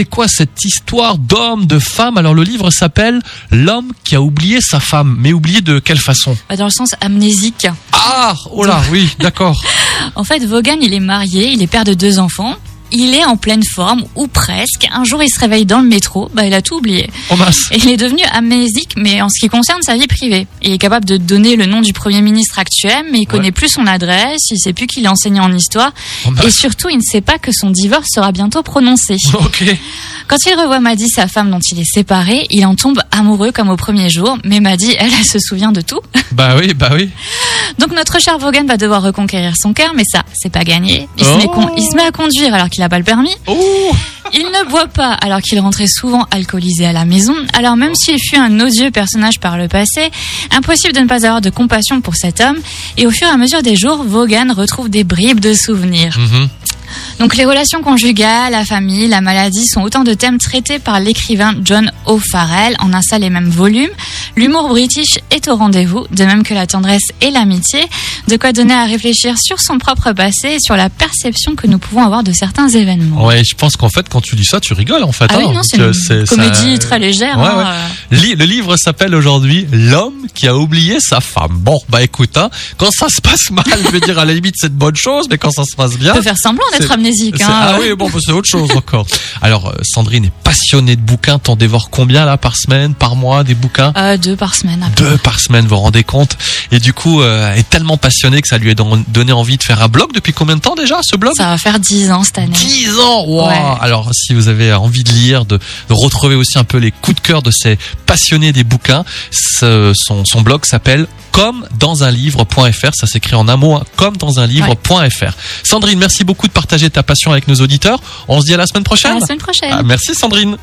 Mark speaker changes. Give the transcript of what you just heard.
Speaker 1: C'est quoi cette histoire d'homme, de femme Alors le livre s'appelle L'homme qui a oublié sa femme, mais oublié de quelle façon
Speaker 2: Bah, Dans le sens amnésique.
Speaker 1: Ah, oh là, oui, d'accord.
Speaker 2: En fait, Vaughan, il est marié, il est père de deux enfants. Il est en pleine forme, ou presque. Un jour, il se réveille dans le métro, bah, il a tout oublié.
Speaker 1: On masse.
Speaker 2: Et il est devenu amnésique, mais en ce qui concerne sa vie privée. Il est capable de donner le nom du Premier ministre actuel, mais il connaît plus son adresse, il sait plus qu'il est enseignant en histoire,
Speaker 1: On
Speaker 2: et
Speaker 1: masse.
Speaker 2: surtout, il ne sait pas que son divorce sera bientôt prononcé.
Speaker 1: Ok.
Speaker 2: Quand il revoit Maddy, sa femme dont il est séparé, il en tombe amoureux comme au premier jour, mais Maddy, elle, elle se souvient de tout.
Speaker 1: Bah oui, bah oui.
Speaker 2: Donc notre cher Vaughan va devoir reconquérir son cœur, mais ça, c'est pas gagné. Il, se, met
Speaker 1: Oh.
Speaker 2: con- il se met à conduire alors qu'il n'a pas le permis.
Speaker 1: Oh
Speaker 2: Il ne boit pas alors qu'il rentrait souvent alcoolisé à la maison. Alors même s'il fut un odieux personnage par le passé, impossible de ne pas avoir de compassion pour cet homme. Et au fur et à mesure des jours, Vaughan retrouve des bribes de souvenirs.
Speaker 1: Mhm.
Speaker 2: Donc les relations conjugales, la famille, la maladie sont autant de thèmes traités par l'écrivain John O'Farrell en un seul et même volume. L'humour british est au rendez-vous, de même que la tendresse et l'amitié, de quoi donner à réfléchir sur son propre passé et sur la perception que nous pouvons avoir de certains événements.
Speaker 1: Ouais, je pense qu'en fait, quand tu lis ça, tu rigoles en fait.
Speaker 2: Ah
Speaker 1: hein.
Speaker 2: oui, non,
Speaker 1: Oh, Donc,
Speaker 2: c'est
Speaker 1: euh,
Speaker 2: une
Speaker 1: c'est-
Speaker 2: comédie
Speaker 1: ça-
Speaker 2: très légère.
Speaker 1: Ouais,
Speaker 2: hein,
Speaker 1: ouais.
Speaker 2: euh.
Speaker 1: Li- Le livre s'appelle aujourd'hui L'homme qui a oublié sa femme. Bon, bah écoute, hein, quand ça se passe mal, je vais dire à la limite c'est une bonne chose, mais quand ça se passe bien,
Speaker 2: On peut faire semblant d'être
Speaker 1: Ah, C'est-
Speaker 2: amnésique.
Speaker 1: C'est-
Speaker 2: hein.
Speaker 1: Ah oui, bon, bah, c'est autre chose encore. Alors, euh, Sandrine est passionnée de bouquins. T'en dévores combien là par semaine, par mois, des bouquins
Speaker 2: Euh, deux par semaine. à peu
Speaker 1: deux par semaine, vous vous rendez compte Et du coup, euh, elle est tellement passionnée que ça lui a don- donné envie de faire un blog depuis combien de temps déjà, ce blog
Speaker 2: près. Ça va faire dix ans cette année.
Speaker 1: 10 ans wow.
Speaker 2: Ah Ouais.
Speaker 1: Alors si vous avez envie de lire, de, de retrouver aussi un peu les coups de cœur de ces passionnés des bouquins, ce- son, son blog s'appelle comme dans un livre.fr, ça s'écrit en un mot, hein, comme dans un livre.fr. Sandrine, merci beaucoup de partager ta passion avec nos auditeurs. On se dit à la semaine
Speaker 2: À
Speaker 1: prochaine.
Speaker 2: la semaine prochaine.
Speaker 1: Ah, merci Sandrine.